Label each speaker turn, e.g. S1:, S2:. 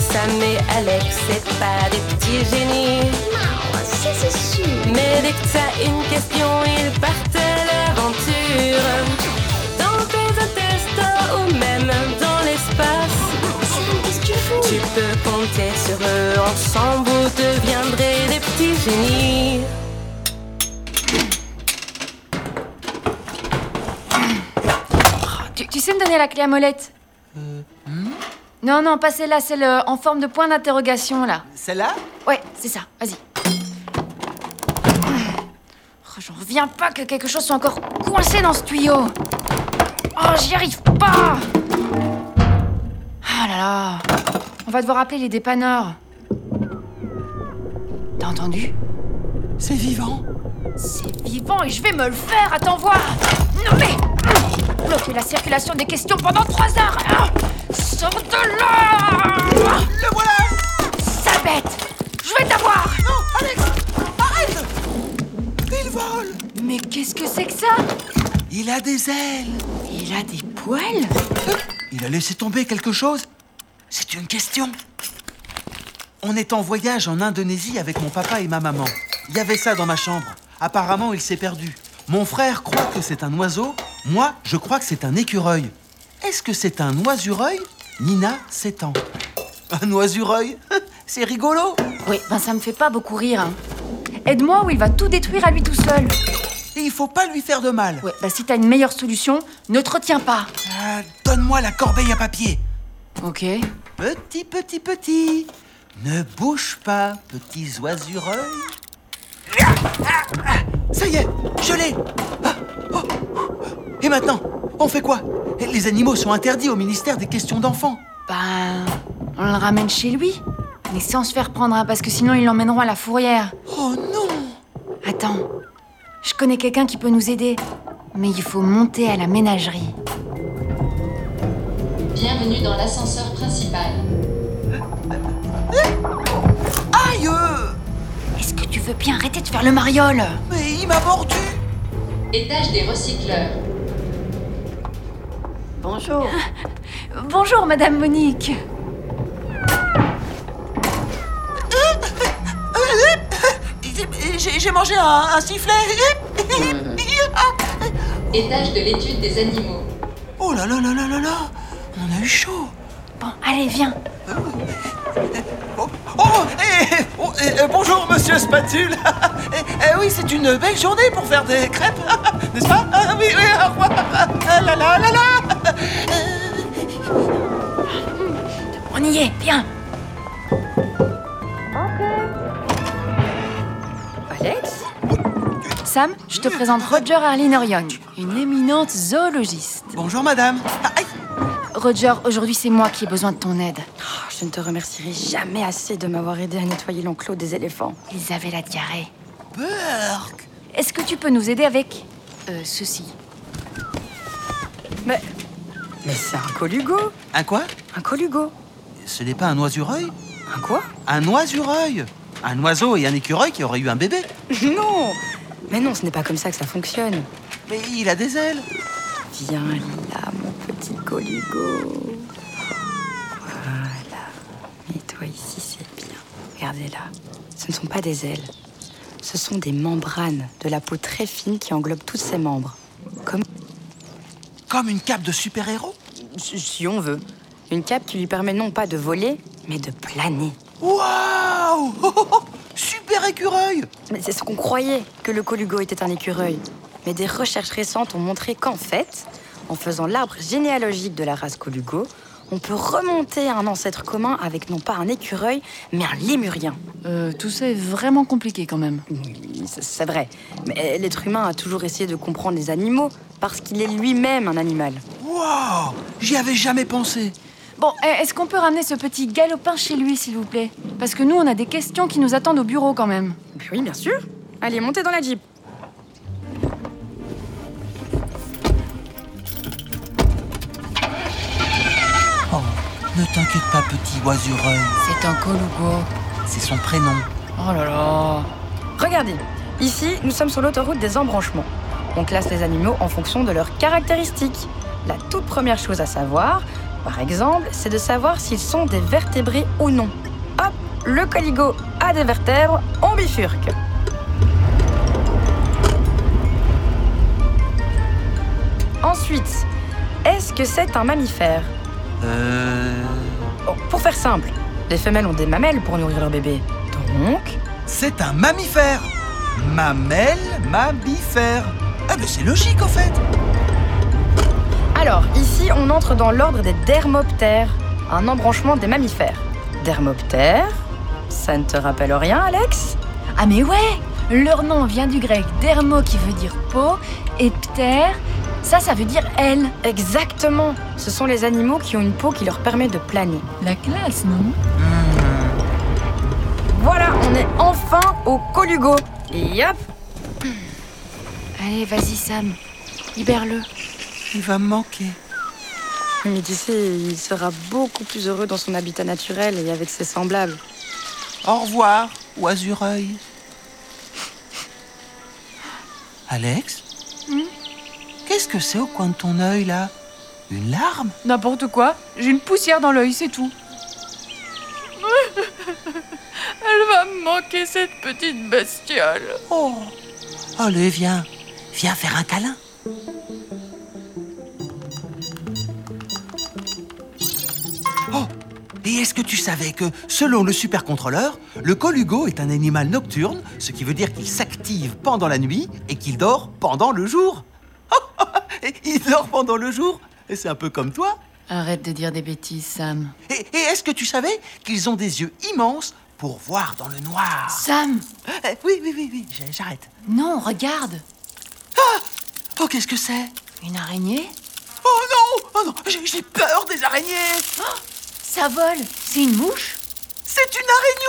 S1: Sam et Alex, c'est pas des petits génies.
S2: Non, ça c'est sûr.
S1: Mais dès que t'as une question, ils partent à l'aventure. Dans tes hôtels stores ou même dans l'espace,
S2: Sam, qu'est-ce que tu fous
S1: tu peux compter sur eux. Ensemble, vous deviendrez des petits génies.
S3: Tu, tu sais me donner la clé à molette Hmm Non, non, pas celle-là, celle euh, en forme de point d'interrogation, là.
S4: Celle-là
S3: Ouais, c'est ça, vas-y. Oh, J'en reviens pas que quelque chose soit encore coincé dans ce tuyau. Oh, j'y arrive pas Ah là là On va devoir appeler les dépanneurs. T'as entendu
S4: C'est vivant
S3: C'est vivant et je vais me le faire, attends voir Non mais Bloquer la circulation des questions pendant trois heures Ah Sors de là
S4: Le voilà
S3: Sale bête Je vais t'avoir
S4: Non, Alex Arrête Il vole
S3: Mais qu'est-ce que c'est que ça
S4: Il a des ailes
S3: Il a des poils
S4: Il a laissé tomber quelque chose C'est une question On est en voyage en Indonésie avec mon papa et ma maman. Il y avait ça dans ma chambre. Apparemment, il s'est perdu. Mon frère croit que c'est un oiseau. Moi, je crois que c'est un écureuil. Est-ce que c'est un oisureuil Nina s'étend. Un oisureuil C'est rigolo
S3: Oui, ben ça me fait pas beaucoup rire. hein. Aide-moi ou il va tout détruire à lui tout seul.
S4: Et il faut pas lui faire de mal.
S3: Ouais, ben si t'as une meilleure solution, ne te retiens pas.
S4: Ah, Donne-moi la corbeille à papier.
S3: Ok.
S4: Petit, petit, petit. Ne bouge pas, petits oisureuils. Ça y est, je l'ai. Ah, oh. Et maintenant, on fait quoi Les animaux sont interdits au ministère des questions d'enfants.
S3: Ben, on le ramène chez lui. Mais sans se faire prendre, hein, parce que sinon ils l'emmèneront à la fourrière.
S4: Oh non
S3: Attends, je connais quelqu'un qui peut nous aider. Mais il faut monter à la ménagerie.
S5: Bienvenue dans l'ascenseur principal.
S4: Aïe euh,
S3: Est-ce que tu veux bien arrêter de faire le mariole
S4: Mais il m'a mordu
S5: Étage des recycleurs.
S1: Bonjour.
S3: Bonjour, Madame Monique.
S4: J'ai mangé un, sifflet
S5: Étage de l'étude des animaux.
S4: Oh là là là là là là On a eu chaud
S3: Bon, allez, viens.
S4: Oh, oh, eh, oh, eh, eh, bonjour, monsieur Spatule. Eh, eh, oui, c'est une belle journée pour faire des crêpes, n'est-ce pas Ah, Oui, oui, au revoir. Ah, là, là, là, là.
S3: On y est, viens.
S1: Alex
S3: Sam, je te présente Roger Arlene Orion, une éminente zoologiste.
S4: Bonjour, madame. Ah, aïe.
S3: Roger, aujourd'hui c'est moi qui ai besoin de ton aide.
S6: Oh, Je ne te remercierai jamais assez de m'avoir aidé à nettoyer l'enclos des éléphants.
S3: Ils avaient la diarrhée.
S4: Burk.
S3: Est-ce que tu peux nous aider avec euh, ceci
S6: Mais. Mais c'est un colugo
S4: Un quoi
S6: Un colugo
S4: Ce n'est pas un oisureuil
S6: Un quoi
S4: Un oisureuil Un oiseau et un écureuil qui auraient eu un bébé.
S6: Non Mais non, ce n'est pas comme ça que ça fonctionne.
S4: Mais il a des ailes.
S6: Viens là, mon petit colugo. Voilà. Et toi ici, c'est bien. Regardez là. Ce ne sont pas des ailes. Ce sont des membranes de la peau très fine qui englobe tous ses membres. Comme
S4: Comme une cape de super-héros.
S6: si si on veut. Une cape qui lui permet non pas de voler, mais de planer.
S4: Waouh Oh, oh, oh. Super écureuil
S6: Mais c'est ce qu'on croyait, que le colugo était un écureuil. Mais des recherches récentes ont montré qu'en fait, en faisant l'arbre généalogique de la race colugo, on peut remonter à un ancêtre commun avec non pas un écureuil, mais un lémurien.
S7: Euh,
S3: Tout ça est vraiment compliqué quand même.
S6: Oui, c'est- C'est vrai. Mais l'être humain a toujours essayé de comprendre les animaux parce qu'il est lui-même un animal.
S4: Waouh J'y avais jamais pensé.
S3: Bon, eh, est-ce qu'on peut ramener ce petit galopin chez lui, s'il vous plaît Parce que nous, on a des questions qui nous attendent au bureau quand même.
S6: Mais Ben Oui, bien sûr. Allez, montez dans la Jeep.
S4: Oh, ne t'inquiète pas, petit oisureuil.
S3: C'est un colugo.
S4: C'est son prénom.
S3: Oh là là
S6: Regardez, ici, nous sommes sur l'autoroute des embranchements. On classe les animaux en fonction de leurs caractéristiques. La toute première chose à savoir, par exemple, c'est de savoir s'ils sont des vertébrés ou non. Hop, le coligo a des vertèbres, on bifurque. Ensuite, est-ce que c'est un mammifère
S4: Euh.
S6: Bon, Pour faire simple, les femelles ont des mamelles pour nourrir leur bébé. Donc,
S4: C'est un mammifère Mamelle mammifère Ah, mais c'est logique en fait
S6: alors ici on entre dans l'ordre des dermoptères, un embranchement des mammifères. Dermoptères, ça ne te rappelle rien, Alex
S3: Ah mais ouais Leur nom vient du grec dermo qui veut dire peau et ptère, ça ça veut dire aile.
S6: Exactement. Ce sont les animaux qui ont une peau qui leur permet de planer.
S7: La classe, non
S6: Voilà, on est enfin au colugo. Et hop,
S3: Allez, vas-y Sam, libère-le.
S4: Il va me manquer.
S6: Mais tu sais, il sera beaucoup plus heureux dans son habitat naturel et avec ses semblables.
S4: Au revoir, oisureuil. Alex Qu'est-ce que c'est au coin de ton œil là Une larme
S7: N'importe quoi, j'ai une poussière dans l'œil, c'est tout. Elle va me manquer cette petite bestiole.
S4: Oh Allez, viens. Viens faire un câlin. Oh Et est-ce que tu savais que, selon le supercontrôleur, le colugo est un animal nocturne, ce qui veut dire qu'il s'active pendant la nuit et qu'il dort pendant le jour Oh, Et Il dort pendant le jour Et c'est un peu comme toi
S7: Arrête de dire des bêtises, Sam.
S4: Et, et est-ce que tu savais qu'ils ont des yeux immenses pour voir dans le noir
S7: Sam
S4: Eh, Oui, oui, oui, oui, j'arrête.
S7: Non, regarde
S4: Oh, qu'est-ce que c'est
S7: Une araignée
S4: Oh non Oh non J'ai j'ai peur des araignées
S7: Ça vole C'est une mouche
S4: C'est une araignée